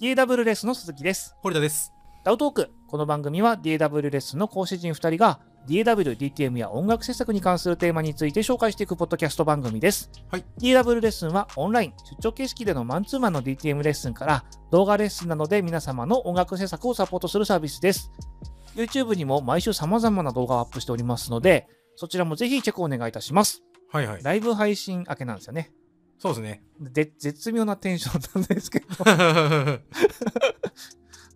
DAW レッスンの鈴木です。堀田です。ダウトーク。この番組は DAW レッスンの講師陣2人が DAW、DTM や音楽制作に関するテーマについて紹介していくポッドキャスト番組です。はい DAW レッスンはオンライン、出張形式でのマンツーマンの DTM レッスンから動画レッスンなどで皆様の音楽制作をサポートするサービスです。YouTube にも毎週様々な動画をアップしておりますので、そちらもぜひチェックをお願いいたします。はいはい。ライブ配信明けなんですよね。そうですね。で、絶妙なテンションなん ですけど。は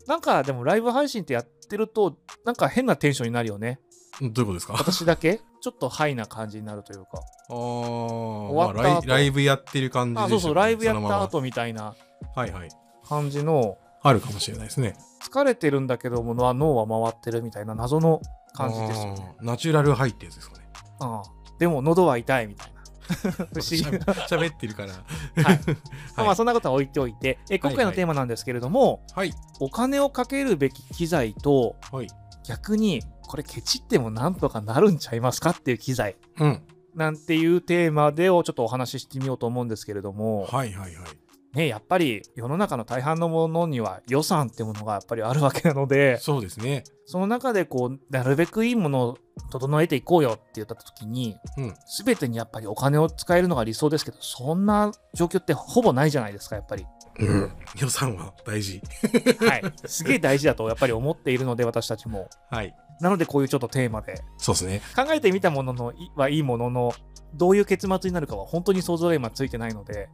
なんかでもライブ配信ってやってるとなんか変なテンションになるよねいどういうことですか私だけ ちょっとハイな感じになるというかあー、終わまったあ、ラ後イライブやってる感じであしたそうそうライブやそっのたま後みたいなまはいはい。感じのあるかもしれないですね。疲れてるんだけどもの脳は回ってるみたいな謎の感じですよねあーナチュラルハイってやつですかね。ああでも喉は痛いみたいな不思議な、 しゃべってるから。はいはいまあそんなことは置いておいてえ今回のテーマなんですけれども、 はい。お金をかけるべき機材とはい。逆にこれケチってもなんとかなるんちゃいますかっていう機材うん。なんていうテーマでをちょっとお話ししてみようと思うんですけれども、はいはいはい。ね、やっぱり世の中の大半のものには予算ってものがやっぱりあるわけなので そうですね。その中でこうなるべくいいものを整えていこうよって言った時に、うん全てにやっぱりお金を使えるのが理想ですけどそんな状況ってほぼないじゃないですかやっぱり、うん。予算は大事。 はい、すげえ大事だとやっぱり思っているので私たちもはい。なのでこういうちょっとテーマでそうですね。考えてみたもののいはいいもののどういう結末になるかは本当に想像が今ついてないので。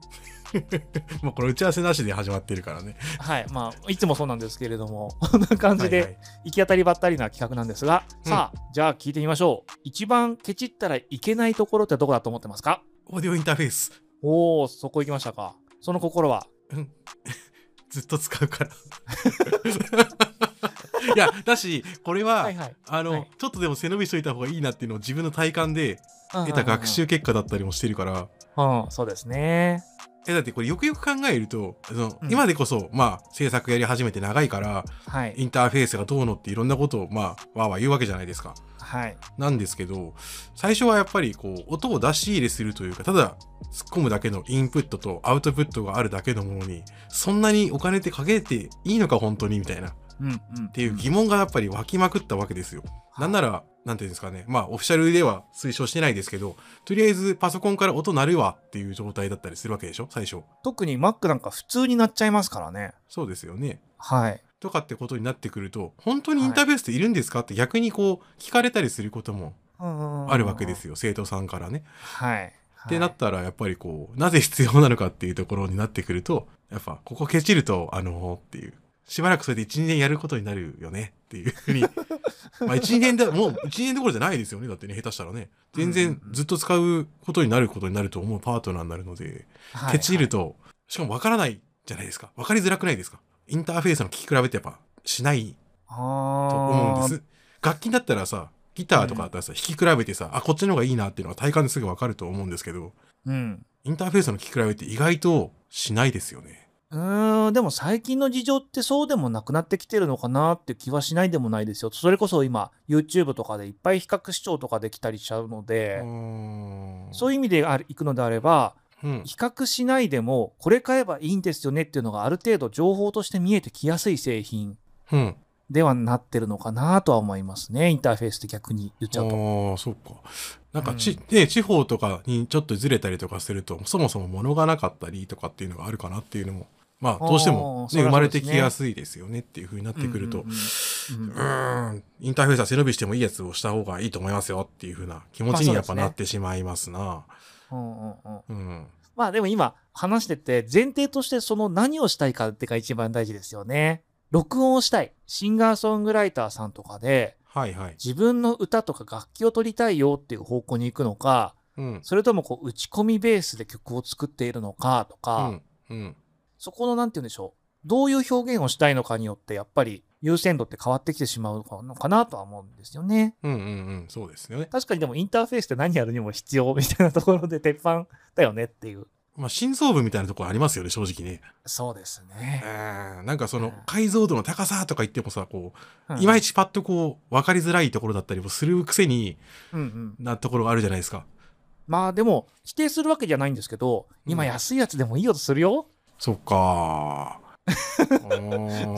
もうこれ打ち合わせなしで始まってるからね。はい、まあいつもそうなんですけれども こんな感じはいはでい行き当たりばったりな企画なんですが、さあじゃあ聞いてみましょう一番ケチったらいけないところってどこだと思ってますかオーディオインターフェース。おおそこ行きましたかその心はずっと使うから。 いや、だし、これは、はいはいあの、はいちょっとでも背伸びしといた方がいいなっていうのを自分の体感で得た学習結果だったりもしてるから、うん、そうですねえだってこれよくよく考えるとその、うん今でこそまあ制作やり始めて長いからはいインターフェースがどうのっていろんなことをまあわーわー言うわけじゃないですか。はいなんですけど最初はやっぱりこう音を出し入れするというかただ突っ込むだけのインプットとアウトプットがあるだけのものにそんなにお金ってかけていいのか本当にみたいなうんうんっっていう疑問がやっぱり湧きまくったわけですよ。なんなら、なんていうんですかね、まあ、オフィシャルでは推鳴してないですけど、とりあえずパソコンから音鳴るわっていう状態だったりするわけでしょ、最初。特に Mac なんか普通になっちゃいますからねそうですよね。はいとかってことになってくると、本当にインターフェースっているんですかって逆にこう、聞かれたりすることもああるわけですよ、生徒さんからね。はいってなはっいたら、やっぱりこう、なぜ必要なのかっていうところになってくると、やっぱ、ここケチると、あのーっていう。しばらくそれで1、2年やることになるよねっていう ふうに。まあ1、2年だ、もう1、2年どころじゃないですよね。だってね、下手したらね。全然ずっと使うことになることになると思うパートナーになるので、はいケチると、しかもわからないじゃないですか。わかりづらくないですか。インターフェースの聞き比べってやっぱしないと思うんあでーす。楽器だったらさ、ギターとかだったらさ、弾き比べてさ、あ、こっちの方がいいなっていうのは体感ですぐわかると思うんですけど、うんインターフェースの聞き比べって意外としないですよね。うーんでも最近の事情ってそうでもなくなってきてるのかなって気はしないでもないですよ。それこそ今 YouTube とかでいっぱい比較視聴とかできたりしちゃうので、そうういう意味である行くのであればいう、ん、比較しないでもこれ買えばいいんですよねっていうのがある程度情報として見えてきやすい製品うん、ではなってるのかなとは思いますねインターフェースって逆に言っちゃうと。ああ、そうか。なんかち、ね、地方とかにちょっとずれたりとかすると、そもそも物がなかったりとかっていうのがあるかなっていうのも、まあ、どうしてあ、ーもそりゃそうね、ですね生まれてきやすいですよねっていうふうになってくると、ううんうんうんうんーんインターフェースは背伸びしてもいいやつをした方がいいと思いますよっていうふうな気持ちにやっぱなってしまいますな。うんうんうんうん。まあでも今話してて前提としてその何をしたいかってが一番大事ですよね。録音をしたいシンガーソングライターさんとかではいはい。自分の歌とか楽器を取りたいよっていう方向に行くのかうん。それともこう打ち込みベースで曲を作っているのかとうか、ん。うん。そこの何て言うんでしょうどういう表現をしたいのかによってやっぱり優先度って変わってきてしまうのかなとは思うんですよね。うんうんうん。そうですよね。確かにでもインターフェースって何やるにも必要みたいなところで鉄板だよねっていう。まあ、心臓部みたいなところありますよね、正直ね。そうですね。うんなんかそうんの解像度の高さとか言ってもさ、こう、うんいまいちパッとこう、分かりづらいところだったりもするくせにうんうん、なところがあるじゃないですか。まあでも否定するわけじゃないんですけどうん今安いやつでもいいよとするよ、そっか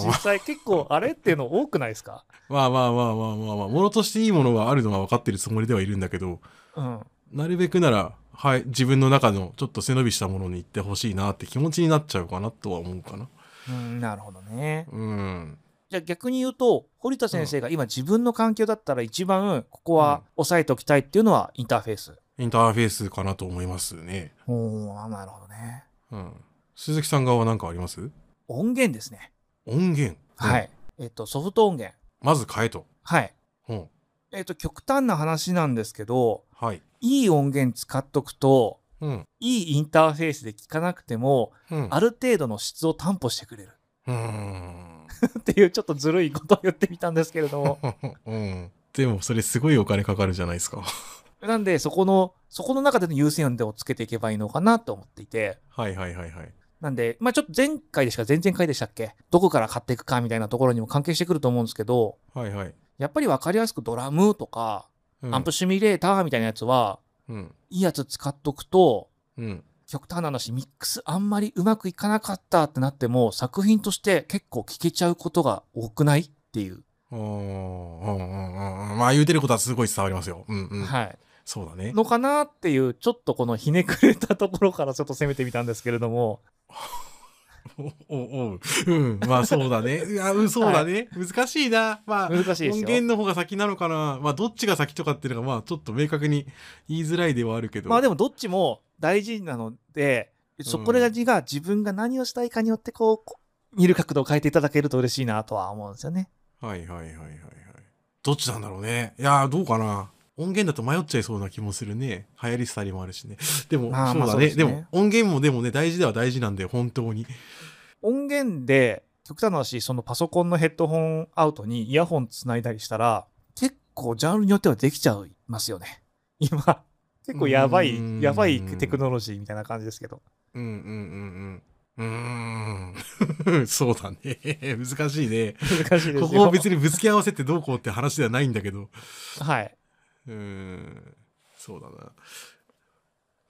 実際結構あれっていうの多くないですか まあまあまあまあまあまあ、ものとしていいものがあるのは分かってるつもりではいるんだけど、うん。なるべくなら、はい、自分の中のちょっと背伸びしたものに行ってほしいなって気持ちになっちゃうかなとは思うかな。うん、なるほどね。うん。じゃあ逆に言うと、堀田先生が今自分の環境だったら一番ここは抑えておきたいっていうのはインターフェース。インターフェースかなと思いますね。おー、なるほどね。うん。鈴木さん側は何かあります音源ですね。音源。はうんい。えっと、ソフト音源。まず変えと。はい。うん。えっと、極端な話なんですけど、はい。いい音源使っとくと、うん。いいインターフェースで聞かなくても、うん。ある程度の質を担保してくれるうーん。っていう、ちょっとずるいことを言ってみたんですけれども、 うん。でもそれすごいお金かかるじゃないですか。なんで、そこの、そこの中での優先音をつけていけばいいのかなと思っていて、はいはいはいはい。なんで、まあちょっと前回でしか、前々回でしたっけどこから買っていくかみたいなところにも関係してくると思うんですけど、はいはい。やっぱり分かりやすくドラムとか、うんアンプシミュレーターみたいなやつは、うん。いいやつ使っとくと、うん。極端な話、ミックスあんまりうまくいかなかったってなっても、作品として結構聞けちゃうことが多くないっていう。おーうんうんうん。まあ言うてることはすごい伝わりますよ。うんうん。はい。そうだね。のかなっていう、ちょっとこのひねくれたところからちょっと攻めてみたんですけれども、おおう。うん。まあそうだね。いや、うんそうだね。難しいな。まあ。難しいですよ。音源の方が先なのかなまあどっちが先とかっていうのがまあちょっと明確に言いづらいではあるけどまあでもどっちも大事なので、そこれがうん自分が何をしたいかによってこうこう見る角度を変えていただけると嬉しいなとは思うんですよね。はいはいはいはいはい。どっちなんだろうね。いやー、どうかな。音源だと迷っちゃいそうな気もするね。流行り廃りもあるしね。 でも、まあそうまあだそうでね。すでねも、音源もでもね、大事では大事なんで、本当に。音源で極端な話そのパソコンのヘッドホンアウトにイヤホンつないだりしたら結構ジャンルによってはできちゃいますよね。 今結構やばうーんいやばいテクノロジーみたいな感じですけど。うんうんうんうん。うーん。 そうだね。難しいね。難しいですよ。ここを別に。にぶつけ合わせてどうこうって話ではないんだけど。はい。うーん。そうだな。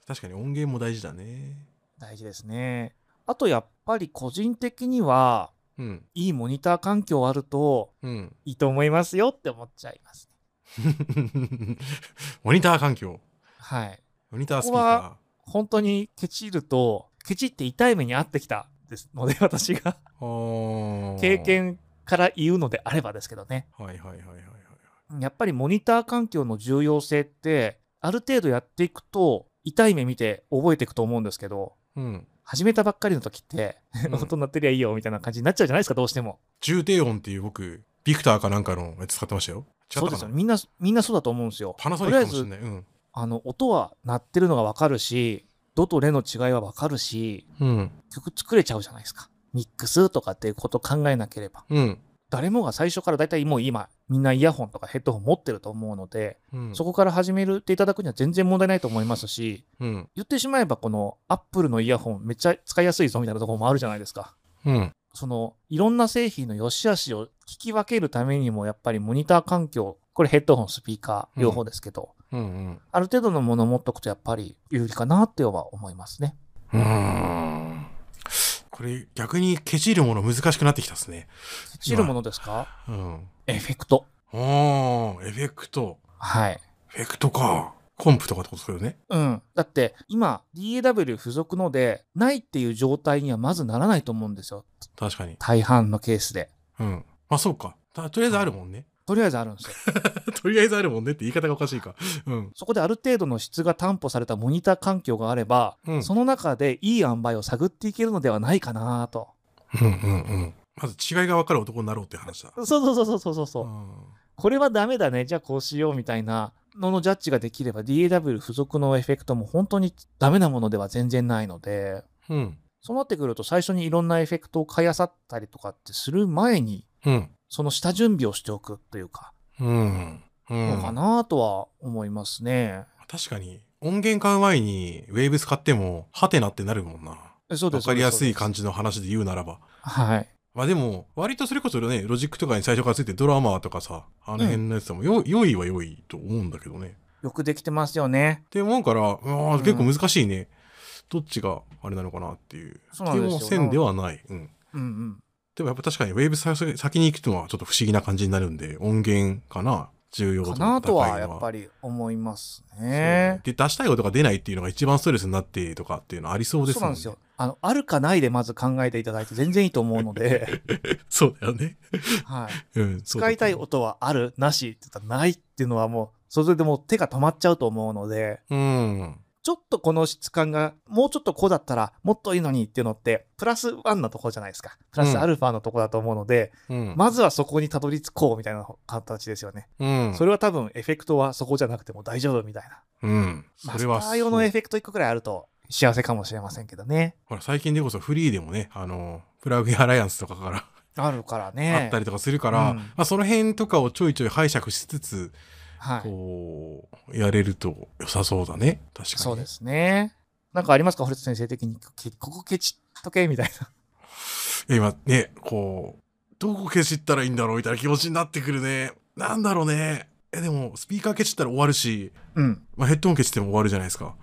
確かに音源も大事だね。大事ですね。あとやっぱり個人的にはうん。いいモニター環境あるとうん。いいと思いますよって思っちゃいます、 モニター環境。はい。モニタースピーここカは本当にケチると、ケチって痛い目に遭ってきたですので、 私がー。あー経験から言うのであればですけどね。はいはいはいはいはい。やっぱりモニター環境の重要性って、ある程度やっていくと、痛い目見て覚えていくと思うんですけど、 うん。始めたばっかりの時って、 うん音鳴ってりゃいいよみたいな感じになっちゃうじゃないですか、どうしても。重低音っていう僕、ビクターかなんかのやつ使ってましたよ。違ったそうかでなすよね。みんな、みんなそうだと思うんですよ。パナソとニりあッえクかもしれず、ない。うん。あの、音は鳴ってるのがわかるし、ドとレの違いはわかるし、うん。曲作れちゃうじゃないですか。ミックスとかっていうことを考えなければ。うん。誰もが最初から大体もう今、みんなイヤホンとかヘッドホン持ってると思うので、うん。そこから始めるっていただくには全然問題ないと思いますし、うん。言ってしまえばこの Apple のイヤホンめっちゃ使いやすいぞみたいなところもあるじゃないですか。うん。その、いろんな製品の良し悪しを聞き分けるためにもやっぱりモニター環境、これヘッドホン、スピーカー、両方ですけど、うん。うん。ある程度のものを持っとくとやっぱり有利かなっては思いますね。うーん。これ、逆にケチるもの難しくなってきたっすね。ケチるものですかうん。エフェクト。あー、エフェクト。はい。エフェクトか。コンプとかってことですよね。うん、だって今 DAW 付属のでないっていう状態にはまずならないと思うんですよ確かに。大半のケースでうん。まあ、そうか。たとりあえずあるもんね。 とりあえずあるんですよとりあえずあるもんねって言い方がおかしいか。うん。そこである程度の質が担保されたモニター環境があれば、うんその中でいい塩梅を探っていけるのではないかなとうんうんうん。まず違いが分かる男になろうって話だ。そうそうそうそうそうそうそううんこれはダメだねじゃあこうしようみたいなののジャッジができれば DAW 付属のエフェクトも本当にダメなものでは全然ないのでうん。そうなってくると最初にいろんなエフェクトを買いあさったりとかってする前にうん。その下準備をしておくというか、うん。うんのかなとは思いますね。確かに、音源買う前にウェーブ使っても、ハテナってなるもんな。えそうでわす。かりやすい感じ。じの話で言うならば。はい。まあでも、割とそれこそね、ロジックとかに最初からついてドラマーとかさ、あの辺のやつでも、よ良いは良いと思うんだけどね。よくできてますよねっ。て思うから、あーうん結構難しいね。どっちがあれなのかなっていう。そうなんですよ気もせんではない。うん。うんうん。でもやっぱ確かにウェーブさ先に行くのはちょっと不思議な感じになるんで、音源かな重要度かの高いのなとはやっぱり思いますねね。で出したい音が出ないっていうのが一番ストレスになってとかっていうのありそうそうですもなんんねですよ。あの、あるかないでまず考えていただいて全然いいと思うの で、そうだよね。はい。うん、そうだ使いたい音はある、なしって言ったらないっていうのはもう、それでもう手が止まっちゃうと思うので、うん。ちょっとこの質感がもうちょっとこうだったらもっといいのにっていうのってプラスワンのところじゃないですかプラスアルファのところだと思うので、うん。まずはそこにたどり着こうみたいな形ですよね、うん。それは多分エフェクトはそこじゃなくても大丈夫みたいなうん。それはマスター用のそうエフェクト1個くらいあると幸せかもしれませんけどねほら、最近でこそフリーでもね、あの、プラグインアライアンスとかから、あるからあねったりとかするから、うんまあ、その辺とかをちょいちょい拝借しつつ、はいこう、やれると良さそうだね。確かに。そうですねなんかありますか堀田先生的にけここケチっとけみたいないや今ね、こう、どこ消しったらいいんだろうみたいな気持ちになってくるね。なんだろうね。え、でも、スピーカー消したら終わるし、うんまあ、ヘッドホン消しても終わるじゃないですか。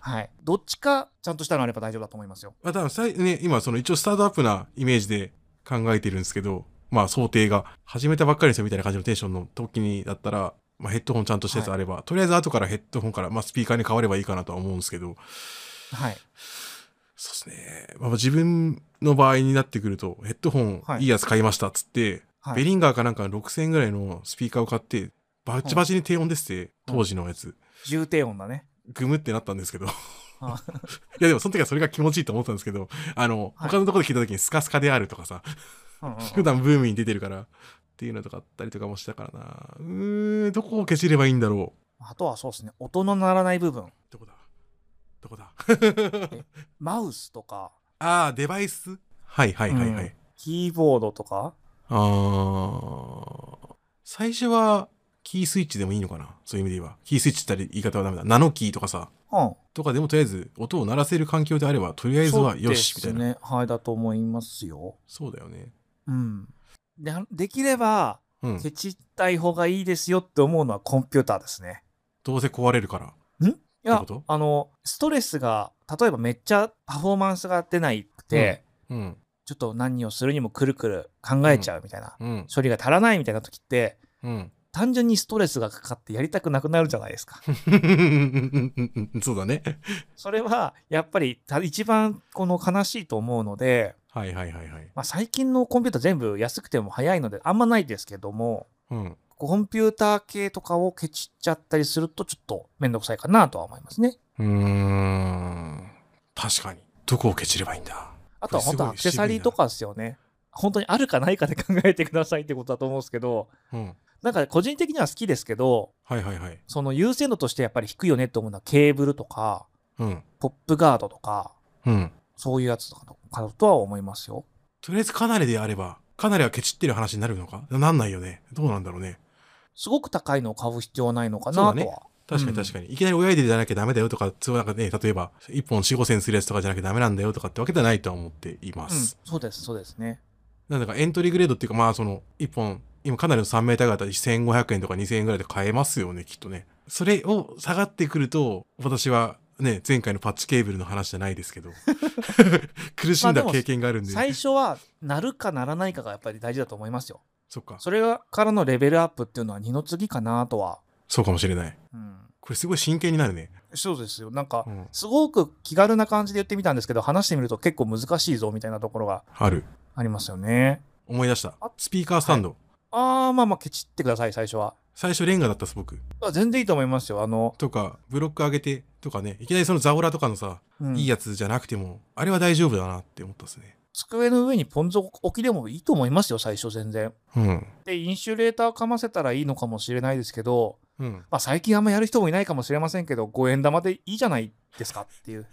はいどっちかちゃんとしたのあれば大丈夫だと思いますよまあ、多分さい、ね、今、その一応スタートアップなイメージで考えてるんですけど、まあ、想定が、始めたばっかりですよみたいな感じのテンションの時にだったら、まあ、ヘッドホンちゃんとしたやつあれば、とりあえず後からヘッドホンから、まあ、スピーカーに変わればいいかなとは思うんですけど、はいそうですね。まあ、自分の場合になってくると、ヘッドホンはいいいやつ買いましたっつって、はいベリンガーかなんかの6000円ぐらいのスピーカーを買って、バチバチに低音ですって、うん当時のやつ。重低音だねグムってなったんですけど。 いあやでもその時はそれが気持ちいいと思ったんですけど、あの、はい他のところで聞いた時にスカスカであるとかさ、うんうんうん 普段ブームに出てるからっていうのとかあったりとかもしたからな。うーん、どこを消しればいいんだろう。あとはそうですね、音の鳴らない部分。どこだどこだ マウスとか、ああ、デバイスはいはいはいはい。うんキーボードとか、あー最初はキースイッチでもいいのかなそういう意味で言えば。キースイッチって言ったら言い方はダメだ。ナノキーとかさ。うん。とかでもとりあえず音を鳴らせる環境であれば、とりあえずはよし、みたいな。な。はい、だと思いますよ。そうだよね。うん。でできれば、うん。ケチったい方がいいですよって思うのはコンピューターですね。どうせ壊れるから。いってやこと、あの、ストレスが、例えばめっちゃパフォーマンスが出ないくて、うん。ちょっと何をするにもくるくる考えちゃうみたいな、うん。処理が足らないみたいな時って、うん。 単純にストレスがかかってやりたくなくなるじゃないですか。そうだね。それはやっぱりた一番この悲しいと思うので、はいはいはいはい。まあ、最近のコンピューター全部安くても早いのであんまないですけどもうん。コンピューター系とかをケチっちゃったりするとちょっと面倒くさいかなとは思いますね。うーん。確かに。どこをケチればいいんだ。あとは本当こアれクすごセいサリーとかですよね。本当にあるかないかで考えてくださいってことだと思うんですけどうん。なんか個人的には好きですけどはいはいはい。その優先度としてやっぱり低いよねと思うのはケーブルとかうん。ポップガードとかうん。そういうやつとかとかとは思いますよ。とりあえずかなりであれば、かなりはケチってる話になるのかなんないよね。どうなんだろうね。すごく高いのを買う必要はないのかそうなだとねは。確かに確かに。いきなり親指でじゃなきゃダメだよとか、そうなんかね、例えば、1本4、5千するやつとかじゃなきゃダメなんだよとかってわけではないとは思っていまうん、す。そうです、そうですね。なんだかエントリーグレードっていうか、まあその、1本、今かなりの3メーターがあったら1500円とか2000円ぐらいで買えますよね、きっとね。それを下がってくると、私は、ね、前回のパッチケーブルの話じゃないで すけど、苦しんだ経験があるんで、最初は、なるかならないかがやっぱり大事だと思いますよ。そっか、それからのレベルアップっていうのは二の次かなとは。そうかもしれない。うん、これすごい真剣になるね。そうですよ。なんかう、ん、すごく気軽な感じで言ってみたんですけど、話してみると結構難しいぞみたいなところがある。ありますよね。思い出したあ。スピーカースタンド。あー、まあまあ、ケチってください、最初は。最初レンガだったっす、僕。あ全然いいと思いますよ。あの、とか、ブロック上げて、とかね、いきなりそのザオラとかのさ、うんいいやつじゃなくても、あれは大丈夫だなって思ったっすね。机の上にポン酢置きでもいいと思いますよ、最初全然。うん。で、インシュレーターかませたらいいのかもしれないですけど、うん。まあ、最近あんまやる人もいないかもしれませんけど、5円玉でいいじゃないですかって いう。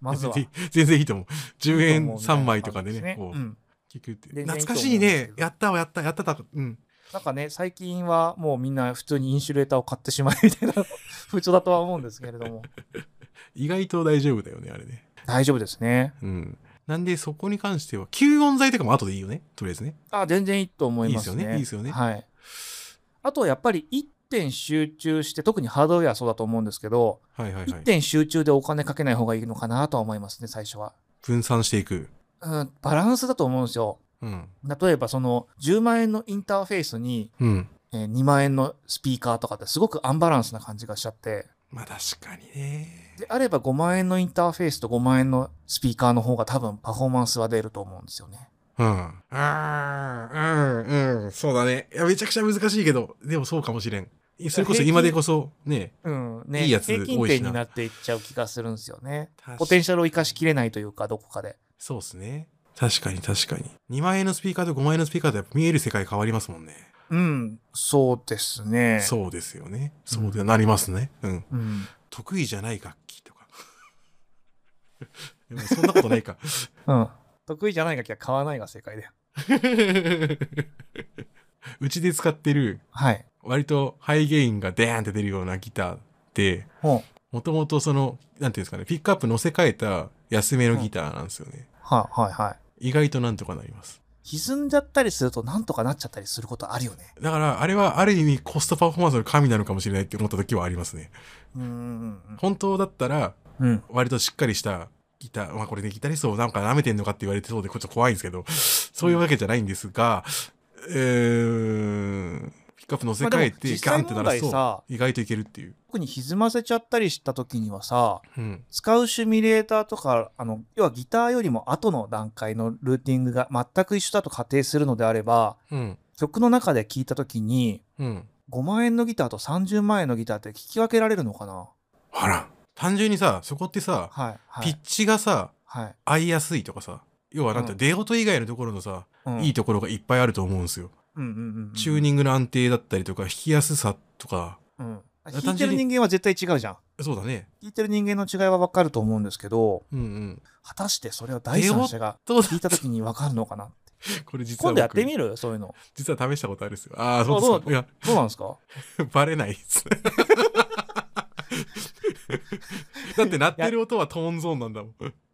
まずは。全然全然いいと思う。10いいと円思うみたい3な枚とかで感じね、こすう、うん聞くっていう。全然いいと思懐かうんしいですねけ。どやったわ、やった、やってた。うん。なんかね、最近はもうみんな普通にインシュレーターを買ってしまうみたいな 風潮だとは思うんですけれども。意外と大丈夫だよね、あれね。大丈夫ですね。うん。なんで、そこに関しては、吸音材とかも後でいいよね。とりあえずね。あ、全然いいと思いますね。いいですよねいいですはい。あとはやっぱり一点集中して、特にハードウェアはそうだと思うんですけど、はいはい一はい。点集中でお金かけない方がいいのかなとは思いますね、最初は。分散していく。うん、バランスだと思うんですよ。うん。例えばその10万円のインターフェースに、うん。えー2万円のスピーカーとかってすごくアンバランスな感じがしちゃって、まあ確かにね。であれば5万円のインターフェースと5万円のスピーカーの方が多分パフォーマンスは出ると思うんですよね。うん。うん、うん、うん。そうだね。いや、めちゃくちゃ難しいけど、でもそうかもしれん。それこそ今でこそ、ね。うん、ねいいやつ平均多いし点なになっていっちゃう気がするんですよね。ポテンシシャルを生かしきれないというか、どこかで。そうですね。確かに確かに。2万円のスピーカーと5万円のスピーカーとやっぱ見える世界変わりますもんね。うん、そうですね。そうですよね。そうでなりますね。うん。う。うん。得意じゃない楽器とか。 でもそんなことないか。うん。得意じゃない楽器は買わないが正解だよ。 うちで使ってる、はい。割とハイゲインがデーンって出るようなギターって、ほう。もともとその、なんていうんですかね、ピックアップ乗せ替えた安めのギターなんですよね。ははいはい。意外となんとかなります。歪んじゃったりするとなんとかなっちゃったりすることあるよね。だから、あれはある意味コストパフォーマンスの神なのかもしれないって思った時はありますね。うんうん本当だったら、うんうん。割としっかりしたギター、まあこれね、ギタリストをなんか舐めてんのかって言われてそうで、こっちょっと怖いんですけど、そういうわけじゃないんですが、えー、ピックアップ乗せ替えまあでもて、実ガ際ンって鳴らす問題さと、意外といけるっていう。特に歪ませちゃったりした時にはさ、うん。使うシミュレーターとか、あの、要はギターよりも後の段階のルーティングが全く一緒だと仮定するのであれば、うん。曲の中で聴いた時に、うん。 5万円のギターと30万円のギターって聞き分けられるのかなあら。単純にさ、そこってさ、はい、はピッい。チがさ、はい。合いやすいとかさ、要はなんて、うん出音以外のところのさ、うんいいところがいっぱいあると思うんですよ。うんうんうんうん。チューニングの安定だったりとか、弾きやすさとか、うん。単弾いて純るに人間は絶対違うじゃん。そうだね。弾いてる人間の違いは分かると思うんですけど、うんうん。果たしてそれを第三者がどうだ聞いた時に分かるのかなこれ実は 今度やって僕みるそういうの。実は試したことあるんですよ。ああ、そうですか。いや、どうなんですかバレないっ す。だって鳴ってる音はトーンゾーンなんだもん。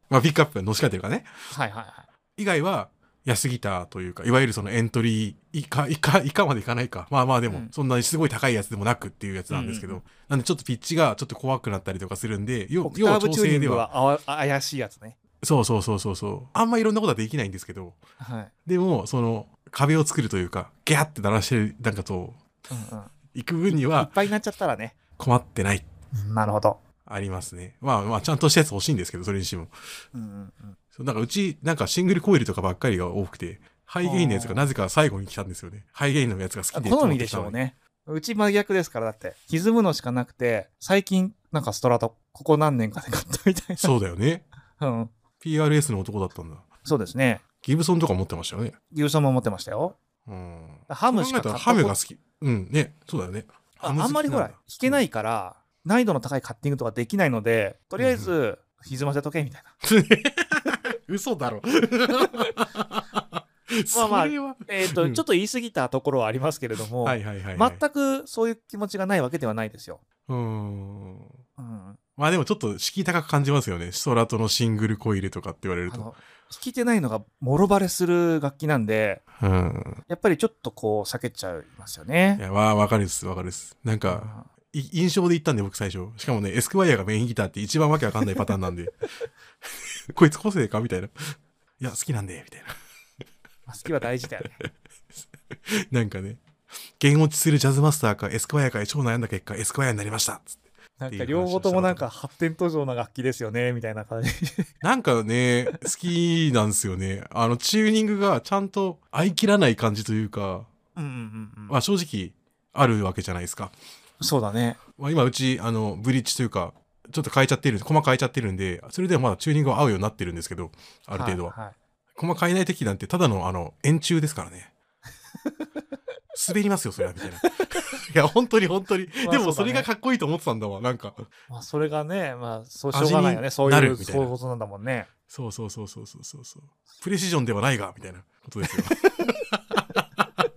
まあ、ピックアップがのしかえてるからね。はいはいはい。以外は、安ギターというか、いわゆるそのエントリー以下、以下、以下までいかないか。まあまあでもうん、そんなにすごい高いやつでもなくっていうやつなんですけど、うんなんでちょっとピッチがちょっと怖くなったりとかするんで、要オク要ターはブ調チューニ整ンでグは。はあわあ怪しいやつね。そうそうそうそうそう。あんまいろんなことはできないんですけど、はい。でも、その壁を作るというか、ギャーって鳴らしてる、なんかと、うんうん。行く分にいっはぱいになっちゃったらね。困ってないなるほど。ありますね。まあまあ、ちゃんとしたやつ欲しいんですけど、それにしても。うんうんうん。そうなんかうち、なんかシングルコイルとかばっかりが多くて、ハイゲインのやつがなぜか最後に来たんですよね。ハイゲインのやつが好あきで。好みでしょう。ね。うち真逆ですから、だって。歪むのしかなくて、最近、なんかストラト、ここ何年かで買ったみたいそうだよね。な。 うん。 PRS の男だったんだ。そうですね。ギブソンとか持ってましたよね。牛さんも持ってましたよ。うん。ハムしかそ買う考えたったらこハムが好き。うん、ね。そうだよね。あハム好あきんまりほら、なん弾だけないから、難易度の高いカッティングとかできないので、とりあえず、歪ませとけみたいな。嘘だ ろ。まあまあそれは。 えっうと、んちょっと言い過ぎたところはありますけれども、はいはいはい、はい。全くそういう気持ちがないわけではないですよ。うーん。うん、まあでもちょっと敷居高く感じますよね。ストラトのシングルコイルとかって言われるあと。の弾けてないのがもろバレする楽器なんでうん。やっぱりちょっとこう避けちゃいますよねい。や、わ、わかるっす、わかるっす。なんか、い印象で言ったんで、僕最初。しかもね、エスクワイアがメインギターって一番わけわかんないパターンなんで。 こいつ個性かみたいな。いや、好きなんで、みたいまあ好きは大事 だよね。な。なんかね、弦落ちするジャズマスターかエスクワイアかで超悩んだ結果、エスクワイアになりました。つってなんか両方ともなんか発展途上な楽器ですよねみたいな感 じ。なんかね、好きなんですよね。あの、チューニングがちゃんと合い切らない感じというか、うんうんうんうまあ正直、あるわけじゃないですか。ん。そうだね。まあ、今うちあのブリッジというかちょっと変えちゃってる駒変えちゃってるんでそれでもまだチューニングは合うようになってるんですけどある程度は、いい駒変えない時なんてただのあの円柱ですか らね滑りますよそれはみたいないや本当に本当に、まあでそうだねもそれがかっこいいと思ってたんだわなんかまあそれがねまあそうしょうがないよね味そにうなるいうみたいなそういうことなんだもんね。そうそうそうそうそうそうそうプレシジョンではないがみたいなこ とですよま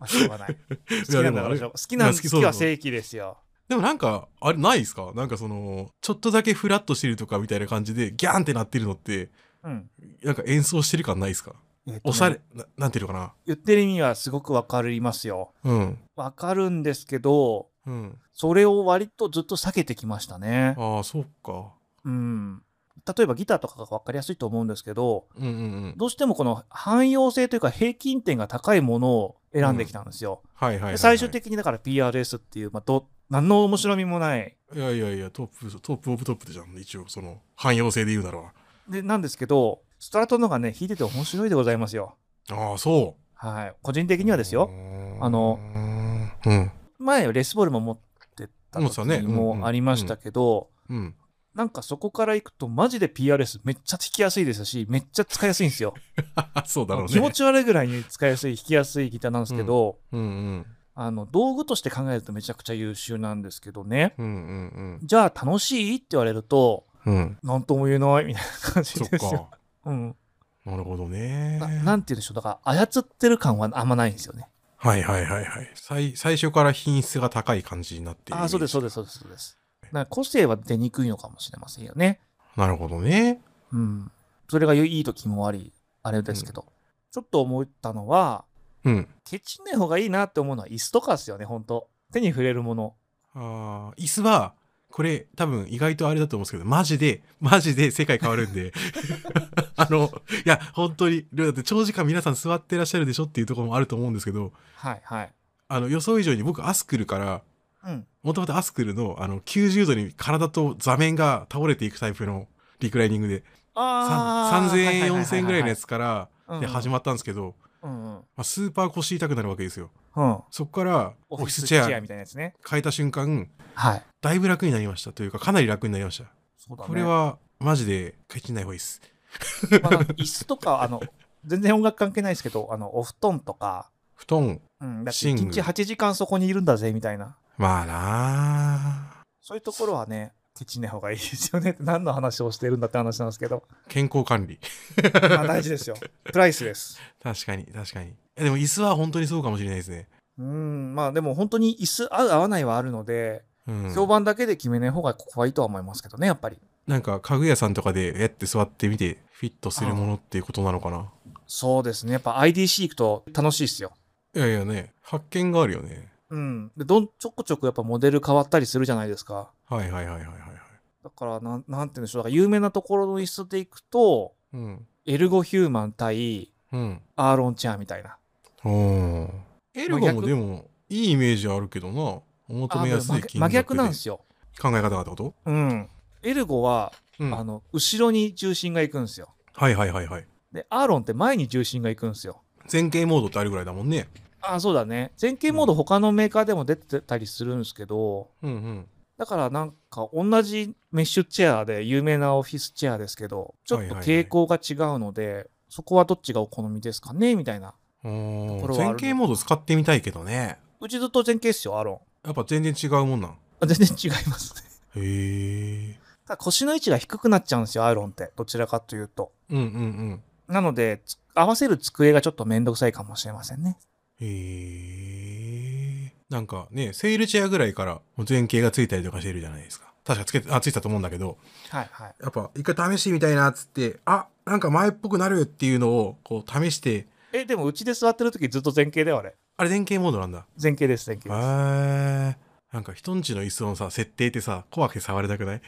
あ、しょうが ない。好きなんだからしょう好きなんいや好好ききそうは正義ですよ。でもなんかあれないですかなんかそのちょっとだけフラッとしてるとかみたいな感じでギャーンってなってるのってうん。なんか演奏してる感ないですかえっとねおされ、ななんていうのか言ってる意味はすごくわかりますよ。なうんわかるんですけど、うんそれを割とずっと避けてきましたね。ああ、そうか。うん。例えばギターとかが分かりやすいと思うんですけど、うんうんうん。どうしてもこの汎用性というか平均点が高いものを選んできたんですよ。はいはいはい、はい。で最終的にだから PRS っていう、まあ、ど何の面白みもないいやいやいや、トップ、トップオブトップでじゃん。一応、その、汎用性で言うなら。でなんですけどストラトのがね弾いてて面白いでございますよ。ああ、そはい、個人的う。にはですよ、。あの、うん。前レスボールも持ってた持ってたね時もありましたけど、うん。 なんかそこから行くとマジで PRS めっちゃ弾きやすいですしめっちゃ使いやすいんです よ、そうだろうね。気持ち悪いぐらいに使いやすい弾きやすいギターなんですけど、うんうん。あの道具として考えるとめちゃくちゃ優秀なんですけどねうんうんじゃあ楽しいって言われるとうん。うん。何とも言えないみたいな感じそっですよ。か。うん、なるほどね。ななんて言うんでしょうだから操ってる感はあんまないんですよね。はいはいはいはい。最最初から品質が高い感じになっている。あーそうですそうですそうですそうです。なんか個性は出にくいのかもしれませんよね。なるほどね。うん。それがいい時もあり、あれですけど。ちょっと思ったのは、うん。ケチんない方がいいなって思うのは椅子とかですよね、本当手に触れるもの。ああ、椅子は、これ多分意外とあれだと思うんですけど、マジで、マジで世界変わるんで。 あの、いや、本当に、だって長時間皆さん座ってらっしゃるでしょっていうところもあると思うんですけど、はいはい。あの、予想以上に僕アスクルから、うん。もともとアスクルのあの90度に体と座面が倒れていくタイプのリクライニングで、さんああ。 3000円、4000円ぐらいのやつから、で始ままったんですけど、うんうん。まあ、スーパー腰痛くなるわけですよ。うん。そこからオオフフィィススチチェアェみアたいなやつね。変えた瞬間、はい。だいぶ楽になりましたというか、かなり楽になりました。そうだね。これ、はマジで解禁ない方がいいです。まあ、椅子とか、あの、全然音楽関係ないですけど、あの、お布団とか、布団、うん、だって寝1具日8時間そこにいるんだぜ、みたいな。まあなあそういうところはね、ケチんない方がいいですよねって何の話をしてるんだって話なんですけど、健康管理。 まあ大事ですよ。プライスです。確かに、確かに。いやでも椅子は本当にそうかもしれないですね。うん、まあでも本当に椅子合う合わないはあるので、うん、評判だけで決めない方がここはいいとは思いますけどね、やっぱり。なんか家具屋さんとかでやって座ってみてフィットするものっていうことなのかな。そうですね。やっぱ IDC 行くと楽しいですよ。いやいやね、発見があるよね。うん。で、どん、ちょこちょこやっぱモデル変わったりするじゃないですか。はいはいはいはいはいはい。だから、なん、なんて言うんでしょう。だから有名なところの椅子で行くと、うん。エルゴヒューマン対うん。アーロンチェアみたいな。おーエルゴもでもいいイメージあるけどな。お求めやすあいでも真金額で逆なんですよ。考え方がってことうん。エルゴは、うん。あはの後ろに重心が行くんですよ。いはいはいはい。で、アーロンって前に重心が行くんですよ。前傾モードってあるぐらいだもんね。ああ、そうだね。前傾モード他のメーカーでも出てたりするんですけど、うんうん。だからなんか同じメッシュチェアで有名なオフィスチェアですけど、ちょっと傾向が違うので、そこはどっちがお好みですかねみたいな。おところーはあ前る傾モード使ってみたいけどね。うちずっと前傾っすよ、アーロンやっぱ全然違うもんなん。あ。全然違いますね。 へえ。ただ腰の位置が低くなっちゃうんですよ、アーロンって。どちらかというと。うんうんうん。なので、つ合わせる机がちょっとめんどくさいかもしれませんね。へえ。なんかね、セールチェアぐらいからもう前傾がついたりとかしてるじゃないですか。確かつけて、あ、ついてたと思うんだけど、はいはい。やっぱ一回試してみたいなっつって、あ、なんか前っぽくなるっていうのをこう試して、え、でもうちで座ってる時ずっと前傾だよ、あれ。あれ前傾モードなんだ。前傾です、前へ傾です。え。なんか人んちの椅子のさ、設定ってさ、怖くて触れたくない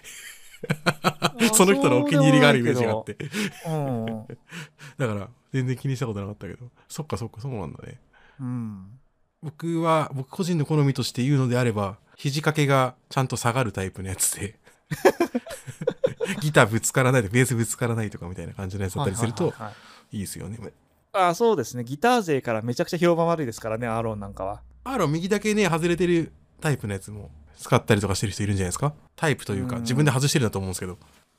ー その人のお気に入りがあるイメージがあって。うんうん。だから、全然気にしたことなかったけど。そっかそっか、そうなんだね。うん。僕は、僕個人の好みとして言うのであれば、肘掛けがちゃんと下がるタイプのやつで、 ギターぶつからないで、ベースぶつからないとかみたいな感じのやつだったりするはいとはいはいはいいいですよね。あーそうですね。ギター勢からめちゃくちゃ評判悪いですからね、アーロンなんかは。アーロン右だけね、外れてるタイプのやつも使ったりとかしてる人いるんじゃないですかタイプといううか、ん自分で外してるんだと思うんですけど。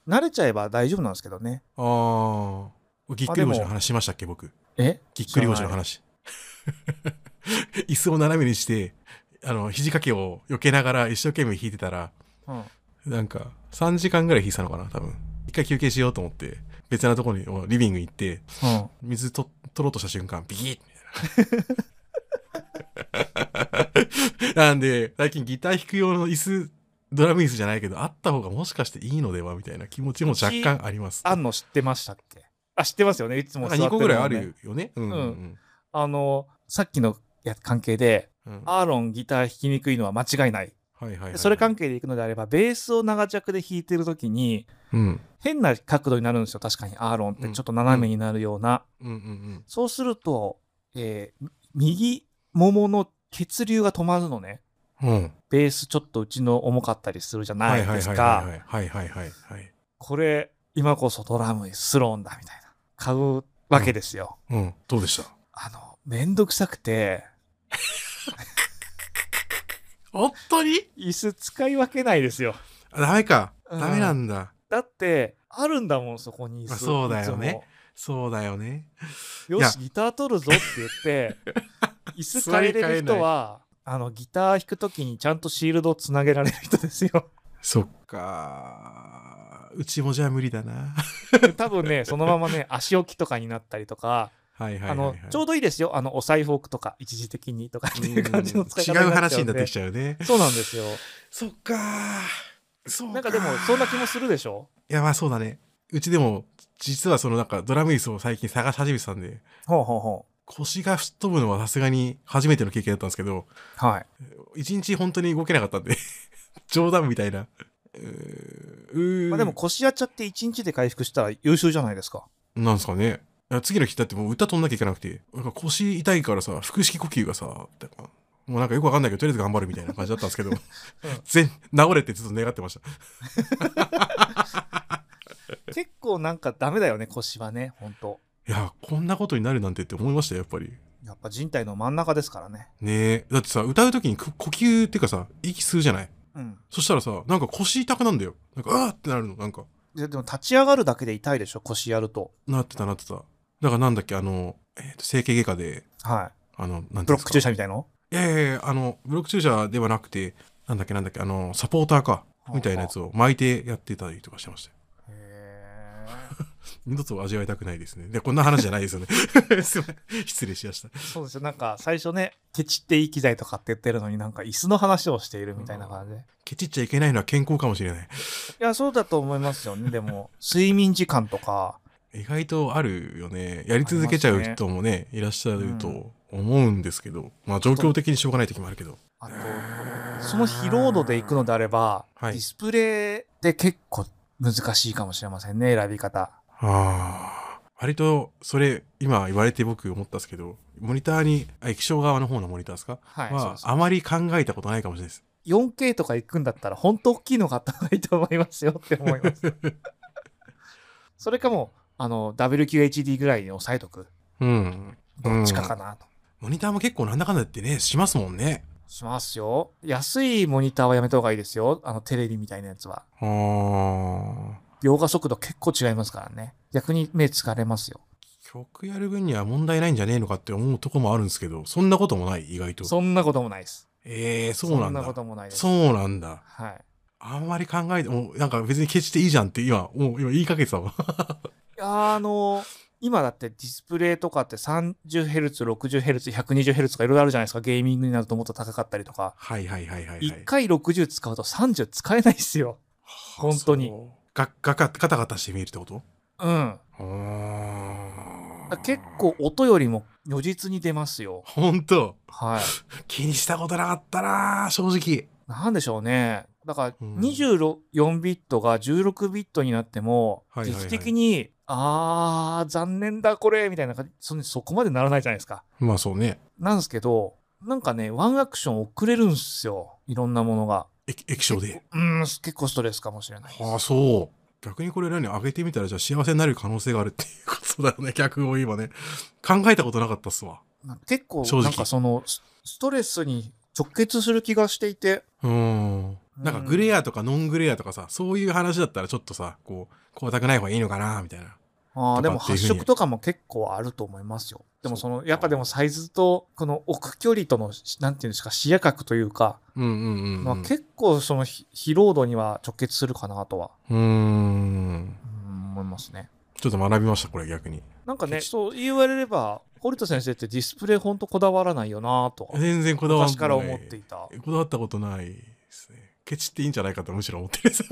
慣れちゃえば大丈夫なんですけどね。ああ、ぎっくり腰の話しましたっけ、僕。えぎっくり腰の話。 椅子を斜めにして、あの、肘掛けを避けながら一生懸命弾いてたら、うん。なんか、3時間ぐらい弾いてたのかな、多分。一回休憩しようと思って、別なところに、もうリビング行って、うん。水と取ろうとした瞬間、ビキッみたいな。 なんで、最近ギター弾く用の椅子、ドラム椅子じゃないけど、あった方がもしかしていいのではみたいな気持ちも若干あります。あんの知ってましたっけあ、知ってますよね。いつも座ってる2の個ねぐらいあるよね。うん、んううんんあの、さっきのや関係で、うん。アーロンギター弾きにくいのは間違いない。はいはい、はい。それ関係でいくのであればベースを長尺で弾いてる時にうん。変な角度になるんですよ確かにアーロンってうんちょっと斜めになるような、うんうんうん。そうすると、えー右ももの血流が止まるのねうん。ベースちょっとうちの重かったりするじゃなはいいではいはすいかはいはいはいはいはい。これ今こそドラムスローンだみたいな買うわけですよ、うん。どうでしたあのめんどくさくて本当に椅子使い分けないですよあダメか。うんダメなんだ。だってあるんだもんそこに椅子まあそうだよねいつもそうだよね。よいやし、ギター取るぞ って言って、椅子変えれる人は、あの、ギター弾くときにちゃんとシールドをつなげられる人ですよ。そっか。うちもじゃあ無理だな。 多分ね、そのままね、足置きとかになったりとか、はいはいはい、はい。あの、ちょうどいいですよ。あの、お財布置くとか、一時的にとかってうんいう感じの使い方違う話になってきちちゃうねゃうんで。そうなんですよ。そっか。そうなんかでも、そんな気もするでしょいやまあそうだね。うちでも実はそのなんかドラム椅子を最近探し始めてたんでほうほうほ腰が吹っ飛ぶのはさすがに初めての経験だったんですけどう。はい。一日本当に動けなかったんで 冗談みたいな。うーうーまあでも、腰やっちゃって一日で回復したら優秀じゃないですか。なんですかね。いや次の日だってもう歌飛んなきゃいけなくてなんか腰痛いからさ腹式呼吸がさもうなんかよくわかんないけどとりあえず頑張るみたいな感じだったんですけど、全治れってずっと願ってました。結構なんかダメだよね、腰はね、ほんと。いやこんなことになるなんてって思いましたよやっぱり。やっぱ人体の真ん中ですからね。ねえだってさ歌う時にく呼吸っていうかさ息吸うじゃないうん。そしたらさなんか腰痛くなんだよなんかあーってなるのなんかででも立ち上がるだけで痛いでしょ腰やるとなってたなってただからなんだっけあの、えーと整形外科ではあのなんいてブいうロんでッすクか注射みたいのいやいやいやあのブロック注射ではなくてなんだっけなんだっけあのサポーターかみたいなやつを巻いてやってたりとかしてましたよへ二度と味わいたくないですねでこんな話じゃないですよね すいません失礼しましたえそうですよなんか最初ねケチっていい機材とかって言ってるのになんか椅子の話をしているみたいな感じで、いケチっちゃいけないのは健康かもしれないやそうだと思いますよねでも睡眠時間とか意外とあるよねやり続けちゃう人もねいらっしゃると思うんですけど、まあ状況的にしょうがない時もあるけどあとその疲労度で行くのであれば、はいディスプレイって結構難しいかもしれませんね選び方ああ割とそれ今言われて僕思ったんですけどモニターにあ液晶側の方のモニターですかはい、そうはですあまり考えたことないかもしれないです 4K とか行くんだったら本当大きいのがあった方がいいと思いますよって思いますそれかもあの WQHD ぐらいに抑えとくうんどっちかかなと、モニターも結構なんだかんだ言ってねしますもんねしますよ安いモニターはやめた方がいいですよあのテレビみたいなやつはああ描画速度結構違いますからね逆に目疲れますよ曲やる分には問題ないんじゃねえのかって思うとこもあるんですけどそんなこともない意外とそんなこともないですええー、そうなんそんなだこともないですそうなんだはいあんまり考えて、もうなんか別にケチっていいじゃんって今、もう今言いかけてたいわ。やーあの今だってディスプレイとかって 30Hz60Hz120Hz とかいろいろあるじゃないですかゲーミングになるともっと高かったりとか はいはいはいはい、はい。 1回60使うと30使えないっすよ。本当にそう。ガッガカ、ガタガタして見えるってことうん。うーん結。構音よりも如実に出ますよ。本当 はい。気にしたことなかったな正直。なんでしょうね。だからうん24ビットが16ビットになっても、はいはいはい劇的に、あー、残念だこれ、みたいな感じそんそこまでならないじゃないですか。まあそうね。なんですけど、なんかね、ワンアクション遅れるんですよ。いろんなものが。液液晶で。うん、結構ストレスかもしれないです。はあ、そう。逆にこれ何上げてみたらじゃあ幸せになる可能性があるっていうことだよね。 逆を今ね。考えたことなかったっすわ。なんか結構、正直なんかその、スストレスに直結する気がしていて、うーん。なんかグレアとかノングレアとかさ、そういう話だったらちょっとさ、こう、光沢ない方がいいのかなみたいな。ああ、とかでもっていうふう発に色とかも結構あると思いますよ。でもそその、うやっぱでもサイズと、この奥距離との、なんていうんですか、視野角というか、うんうんうんうん。まあ結構そのひ疲労度には直結するかなとは、うーん。うん思いますね。ちょっと学びました、これ逆に。なんかね、決しそう言われれば、堀田先生ってディスプレイほんとこだわらないよなとは、全然こだわ昔らからない。思っていた。こだわったことないですね。ケチっていいんじゃないかとむしろ思ってるんです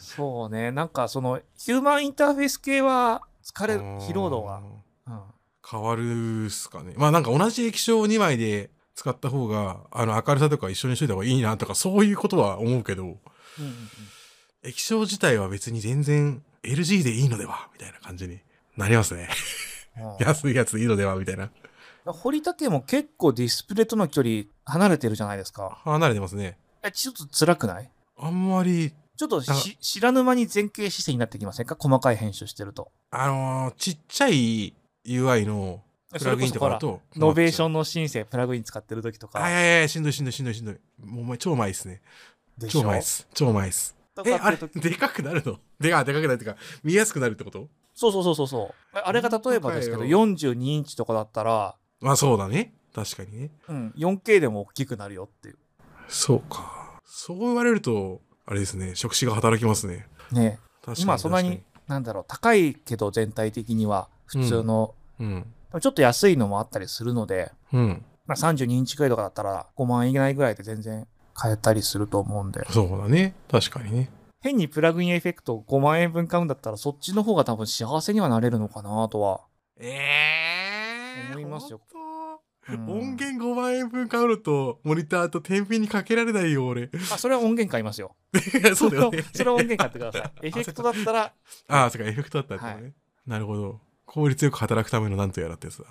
そうね、なんかその、ヒューマンインターフェース系は、疲れ、あー疲労度が、うん、変わるっすかね。まあなんか同じ液晶2枚で使った方が、あの、明るさとか一緒にしといた方がいいなとか、そういうことは思うけど、うんうんうん液晶自体は別に全然 LG でいいのではみたいな感じになりますね。 ああ安いやつでいいのではみたいな。掘りたても結構ディスプレイとの距離離れてるじゃないですか。離れてますね。えちょっと辛くないあんまり、ちょっとしなんか知らぬ間に前傾姿勢になってきませんか細かい編集してると。あのーちっちゃい UI のプラグインとかだ、それことそほらノベーションのシンセプラグイン使ってる時とか。はいはいはい、しんどいしんどいしんどいしんどい。もうお前超前いっすね。でし超ょ前いっす。超前いっす。とかえ、やってあれ、る時でかくなるのでか、でかくなるっていうか、見やすくなるってことそうそうそうそうそう。あれが例えばですけど、本当かよ42インチとかだったら、まあそうだね。確かにね。うん、4K でも大きくなるよっていう。そうか。そう言われると、あれですね、触手が働きますね。ね確かに。今そんなに確なんだろう、高いけど全体的には普通の、かに。うん。でもちょっと安いのもあったりするので、うん。まあ、32インチくらいとかだったら5万円以内ぐらいで全然買えたりすると思うんで、そうだね。確かにね。変にプラグインエフェクト5万円分買うんだったらそっちの方が多分幸せにはなれるのかなとは。えー思いますよ。うん音源5万円分買うのと、モニターと天秤にかけられないよ、俺。あ、それは音源買いますよ。。そうだよね それは音源買ってください。エフェクトだったら、 ああ、そうか、エフェクトだったってことね。なるほど。効率よく働くためのなんとやらってやつだ。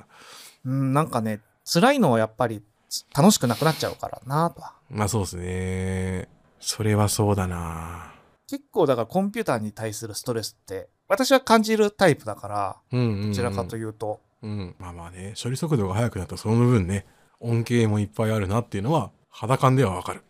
うん、なんかね、辛いのはやっぱりつ楽しくなくなっちゃうからなとは。まあそうですね。それはそうだな。結構だからコンピューターに対するストレスって、私は感じるタイプだから、うんうん、うん。どちらかというと、うん。まあまあね、処理速度が速くなったその分ね、恩恵もいっぱいあるなっていうのは、肌感ではわかる。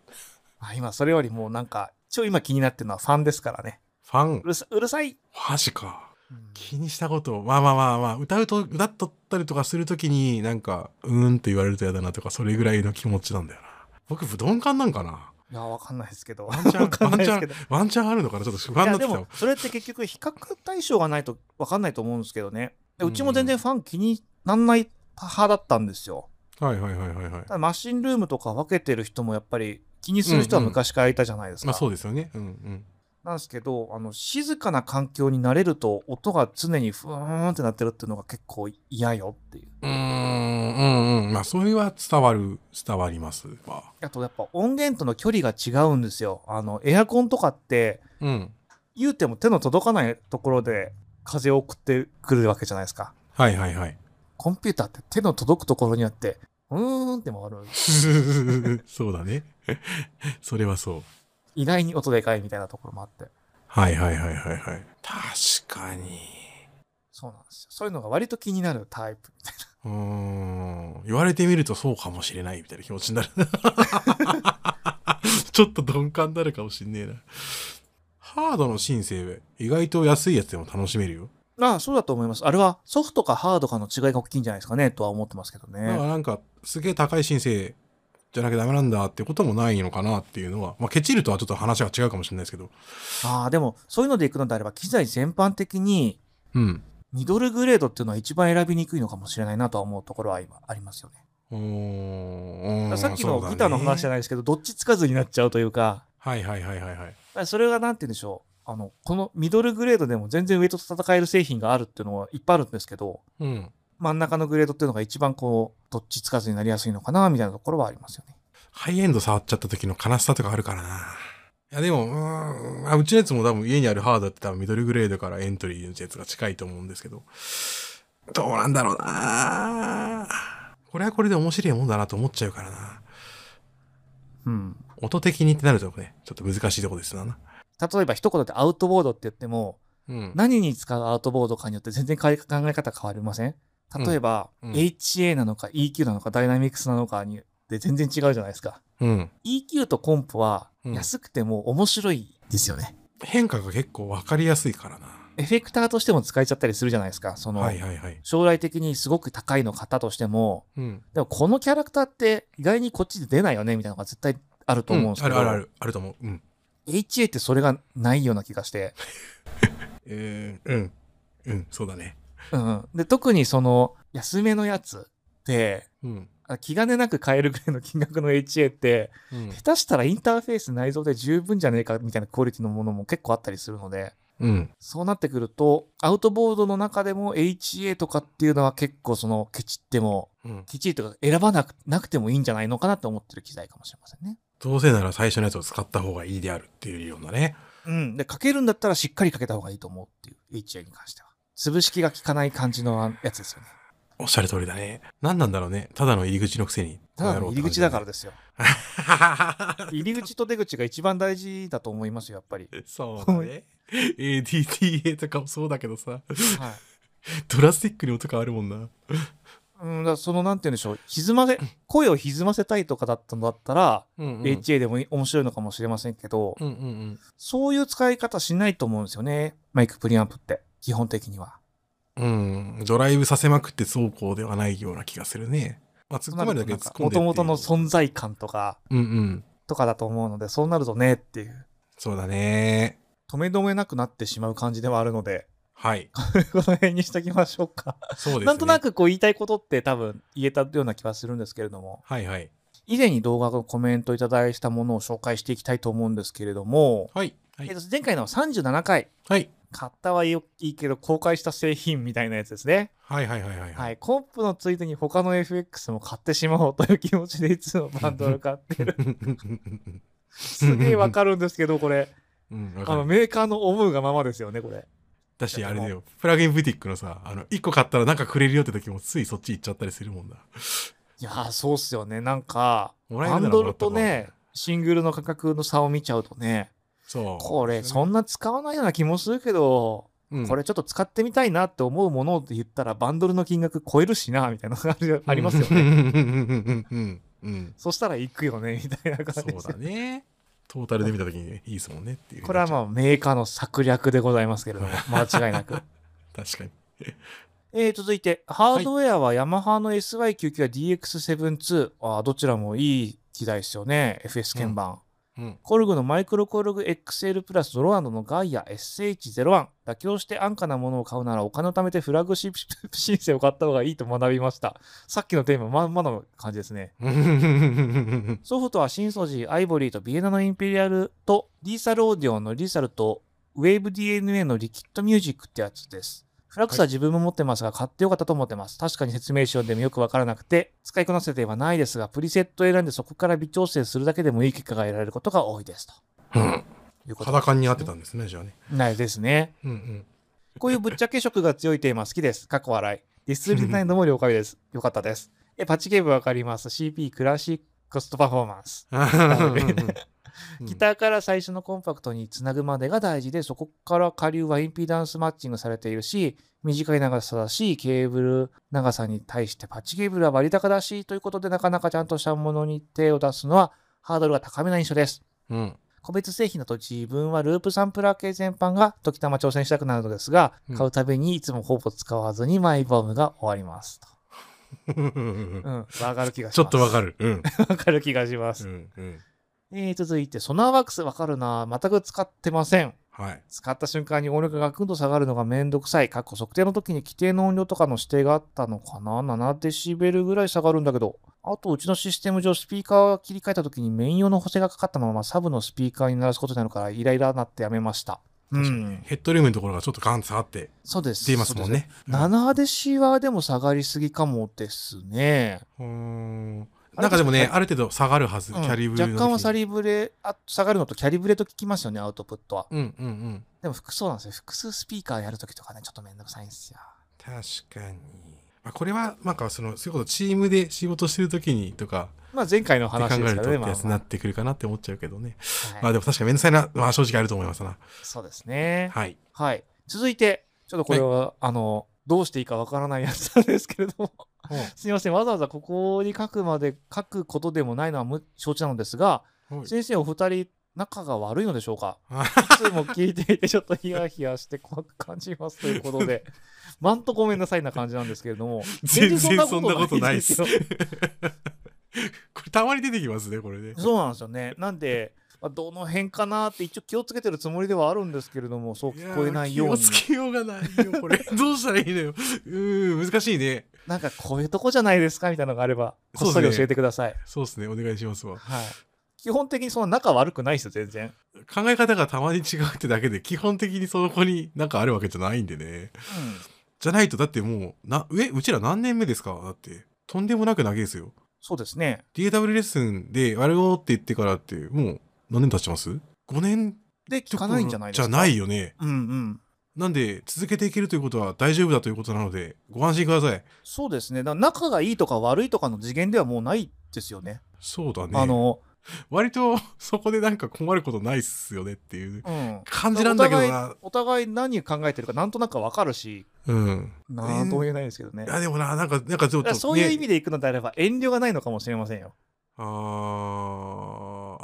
あ今それよりもなんか、一応今気になってるのはファンですからね。ファンう、るさうるさい、マジか。うん気にしたこと、まあまあまあまあ、歌うと、歌っとったりとかするときに、なんか、うーんって言われると嫌だなとか、それぐらいの気持ちなんだよな。僕、鈍感なんかな。いや、わかんないですけど。ワンチ ャわかン、んワなンいでチすャけンど。、ワンチャンあるのかなちょっと不い安にやなってできたわも。それって結局比較対象がないと分かんないと思うんですけどねでうちも全然ファン気になんない派だったんですよはいはいはいはいはいた。だマシンルームとか分けてる人もやっぱり気にする人は昔からいたじゃないですか、まあそうですよね。うんうん。なんですけどあの静かな環境に慣れると音が常にふーんってなってるっていうのが結構嫌よっていううーん、うんうん。まあそれは伝わる、伝わります。まあ。あとやっぱ音源との距離が違うんですよあのエアコンとかってうん。言うても手の届かないところで風を送ってくるわけじゃないですかはいはいはい。コンピューターって手の届くところにあって、うーんって回る。 そうだね。それはそう。意外に音でかいみたいなところもあって。はいはいはいはいはい。確かに。そうなんですよ。そういうのが割と気になるタイプみたいうーん。言われてみるとそうかもしれないみたいな気持ちにな る。ちょっと鈍感になるかもしんねえな。ハードのシンセ意外と安いやつでも楽しめるよ。な。ああ、そうだと思います。あれはソフトかハードかの違いが大きいんじゃないですかね、とは思ってますけどだからね。なんか、すげえ高い申請じゃなきゃダメなんだってこともないのかなっていうのは、まあ、ケチるとはちょっと話が違うかもしれないですけど。ああ、でもそういうのでいくのであれば、機材全般的にうん。ミドルグレードっていうのは一番選びにくいのかもしれないなとは思うところは今ありますよね。おーおーさっきそのうだねギターの話じゃないですけど、どっちつかずになっちゃうというか、はいはいはいはいはい。それがなんて言うんでしょう。あの、このミドルグレードでも全然上と戦える製品があるっていうのはいっぱいあるんですけど、うん。真ん中のグレードっていうのが一番こう、どっちつかずになりやすいのかな、みたいなところはありますよね。ハイエンド触っちゃった時の悲しさとかあるからな。いやでも、うーんあ、うちのやつも多分家にあるハードって多分ミドルグレードからエントリーのやつが近いと思うんですけど、どうなんだろうなこれはこれで面白いもんだなと思っちゃうからな。うん。音的にってなるとね、ちょっと難しいとこですな。例えば一言でアウトボードって言っても、うん。何に使うアウトボードかによって全然考え方変わりません例えば、うんうん HA なのか EQ なのかダイナミクスなのかによって全然違うじゃないですか。うん。 EQ とコンプはうん安くても面白いですよね。変化が結構分かりやすいからな。エフェクターとしても使えちゃったりするじゃないですか。その、はいはいはい。将来的にすごく高いの買ったとしても、うん。でもこのキャラクターって意外にこっちで出ないよねみたいなのが絶対あると思うんですけど、あるあるある、あると思う。うん。 HA ってそれがないような気がして、えー、うん。うん、そうだね。うんうん、で特にその安めのやつってうん。あ気兼ねなく買えるぐらいの金額の HA ってうん、下手したらインターフェース内蔵で十分じゃねえかみたいなクオリティのものも結構あったりするのでうん。そうなってくると、アウトボードの中でも HA とかっていうのは結構そのケチっても、うん。ケチとか選ばなくなくてもいいんじゃないのかなと思ってる機材かもしれませんね。どうせなら最初のやつを使った方がいいであるっていうようなね。うん。で、かけるんだったらしっかりかけた方がいいと思うっていう HA に関しては。潰し気が効かない感じのやつです よね。おっしゃる通りだね。何なんだろうね。ただの入り口のくせに。ただの入り口だからら。ですよ。入り口と出口が一番大事だと思いますよ、やっぱり。 そうだね。ADTA とかもそうだけどさ、はい。ドラスティックに音変わるもんな。うん、だからその、なんて言うんでしょう。歪ませ、声を歪ませたいとかだったんだったら、うんうん HA でもい面白いのかもしれませんけど、うんうんうん。そういう使い方しないと思うんですよね。マイクプリアンプって、基本的には。うん、ドライブさせまくって走行ではないような気がするね。まあ、突っ込まれるだけで突っ込んもでとっていう。もとの存在感とか、うんうん。とかだと思うので、そうなるとねっていう、そうだね。止めどめなくなってしまう感じではあるので、 はい。この辺にしときましょうか。そうですね。なんとな。くこう言いたいことって多分言えたような気はするんですけれども、はいはい。以前に動画のコメントいただいたものを紹介していきたいと思うんですけれども、はい。はえっい。と前回の37回、はい。買ったはいいよいいけど公開した製品みたいなやつですね。はいはいはいはい。、はいい、コンプのついでに他の FX も買ってしまおうという気持ちでいつもバンドル買 ってるすげえわかるんですけどこれうん、わあかのる。メーカーの思うがままですよねこれだし、あれだよ。プラグインブティックのさ、あの、一個買ったらなんかくれるよって時もついそっち行っちゃったりするもんだ。いやーそうっすよねなんかもらえるバならンドルとねシングルの価格の差を見ちゃうとねそう。これん、そんな使わないような気もするけどうん、これちょっと使ってみたいなって思うものって言ったらバンドルの金額超えるしなみたいなのがあるありますようんねうんうんうんうんうん。 そしたら行くよねみたいなそ感じでうだね。トータルで見た時にねいいですもんねっていう。これはまあメーカーの策略でございますけ れども間違いなく確かに。えー、続いて、ハードウェアはヤマハの SY99 や DX72、あーどちらもいい機材ですよね、FS 鍵盤。うん。コルグのマイクロコルグ XL プラスドロアンドのガイア SH01 妥協して安価なものを買うならお金を貯めてフラグシップ 申請を買った方がいいと学びましたさっきのテーマまんまの感じですねソフトはシンソジー、アイボリーとビエナのインペリアルとリーサルオーディオンのリーサルとウェーブ DNA のリキッドミュージックってやつです。フラックスは自分も持ってますが、買ってよかったと思ってます。確かに説明書でもよくわからなくて、使いこなせてはないですが、プリセットを選んでそこから微調整するだけでもいい結果が得られることが多いです。ということ裸に合ってたたんですね、じゃあね。ないですね。うんうん。こういうぶっちゃけ色が強いテーマ好きです。過去笑い。ディスリナイドも了解です。よかったです。え、パッチゲームわかります。CP クラシックコストパフォーマンス。ギターから最初のコンパクトにつなぐまでが大事で、そこから下流はインピダンスマッチングされているし、短い長さだし、ケーブル長さに対してパッチケーブルは割高だし、ということでなかなかちゃんとしたものに手を出すのはハードルが高めな印象です。うん。個別製品だと自分はループサンプラー系全般が時たま挑戦したくなるのですが、うん買うたびにいつもほぼ使わずにマイボムが終わります。とうん、わかる気がします。ちょっとわかる。る。うん。わかる気がします。うんうん。えー、続いて、ソナーワークスわかるな全く使ってません。はい。使った瞬間に音量がガクンと下がるのがめんどくさい。かっこ測定の時に規定の音量とかの指定があったのかな ?7 デシベルぐらい下がるんだけど。あと、うちのシステム上、スピーカーを切り替えた時にメイン用の補正がかかったままサブのスピーカーに鳴らすことになるからイライラなってやめました。う確かにん。ヘッドルームのところがちょっとガンと下がってそうです。出ますもんね。そうです。7デシはでも下がりすぎかもですね。うん。なんかでもね、ある程度下がるはず、キうんャリブルの時に。若干はサリブレあ、下がるのとキャリブレと聞きますよね、アウトプットは。うんうんうん。でも複数なんですよ。複数スピーカーやるときとかね、ちょっとめんどくさいんですよ。確かに。まあこれは、なんかその、そういうこと、チームで仕事してる時にとか、まあ前回のって考話えでするかとらね、ってまあやつになってくるかなって思っちゃうけどね。まはあい、でも確かにめんどくさいな、まあ正直あると思いますな。そうですね。はい。はい。続いて、ちょっとこれは、あの、どうしていいかわからないやつなんですけれども、 すいません、わざわざここに書くまで書くことでもないのは無承知なのですが、はい先生お二人、仲が悪いのでしょうかあいつも聞いていて、ちょっとヒヤヒヤして怖く感じますということ で、まんとごめんなさいな感じなんですけれども、全然そんなことないっす全然そんなことないですよ。これたまに出てきますね、これね。そうなんですよね。なん で、まあ、どの辺かなって一応気をつけてるつもりではあるんですけれども、そう聞こえないようやにー。気をつけようがない よ、これ。どうしたらいいのよ。うーん、難しいね。なんかこういうとこじゃないですかみたいなのがあれば、こっそそうでりすね教えてください。そうですね、お願いしますわ。はい。基本的にその仲悪くないですよ、全然。考え方がたまに違うってだけで、基本的にその子になんかあるわけじゃないんでね。うん。じゃないと、だってもう、な、え、うちら何年目ですかだって。とんでもなく長いですよ。そうですね。 DAW レッスンで、あれをって言ってからって、もう、何年経ちます ?5 年で、聞かないんじゃないですか。じゃないよね。うんうん。なんで、続けていけるということは大丈夫だということなので、ご安心ください。そうですね。だから仲がいいとか悪いとかの次元ではもうないですよね。そうだね。あの、割と、 そこでなんか困ることないっすよねっていううん。感じなんだけどな。お互い何考えてるかなんとなくわかるし、うん。なんとも言えないですけどね。いだや、かでもな、なんか、なんかちょっと、らね、そういう意味でいくのであれば遠慮がないのかもしれませんよ。あ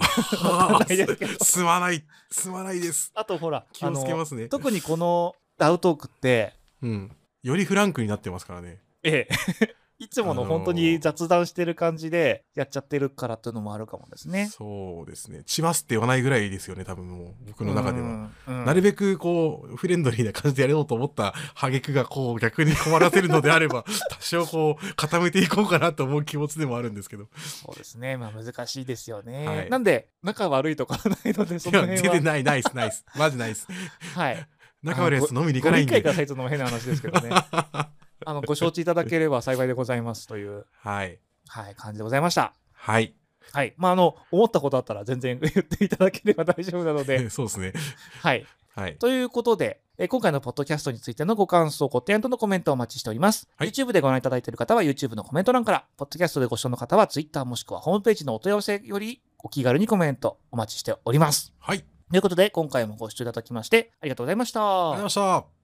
わかんないですけどー すまない、すまないです。あとほら、気あをつけまのすね。特にこのダウトークって、うん。よりフランクになってますからね。ええ、いつもの本当に雑談してる感じでやっちゃってるからっていうのもあるかもですね。そうですね。血ますって言わないぐらいですよね、多分もう、僕の中では。うん。なるべべくこう、フレンドリーな感じでやろうと思った挙句がこう、逆に困らせるのであれ ば、多少こう、固めていこうかなと思う気持ちでもあるんですけど。く。そうですね。まあ難しいですよね。はいなんで、仲悪いとかはないので、そいのや、全辺は。然ない、ナイス、ナイス。マジナイス。はい。仲悪いやつ飲みに行ごかない理ん解くでだ。さいというのも変な話ですけ どね。あの、ご承知いただければ幸いでございますという、はい。はい、感じでございました。はい。はい。まあ、あの、思ったことあったら全然言っていただければ大丈夫なので、そうですね。はい。はい。ということで、えー今回のポッドキャストについてのご感想、ご提案とのコメントをお待ちしております。はい YouTube でご覧いただいている方は YouTube のコメント欄から、ポッドキャストでご視聴の方は Twitter もしくはホームページのお問い合わせよりお気軽にコメントお待ちしております。はい。ということで、今回もご視聴いただきましてありがとうございました。ありがとうございました。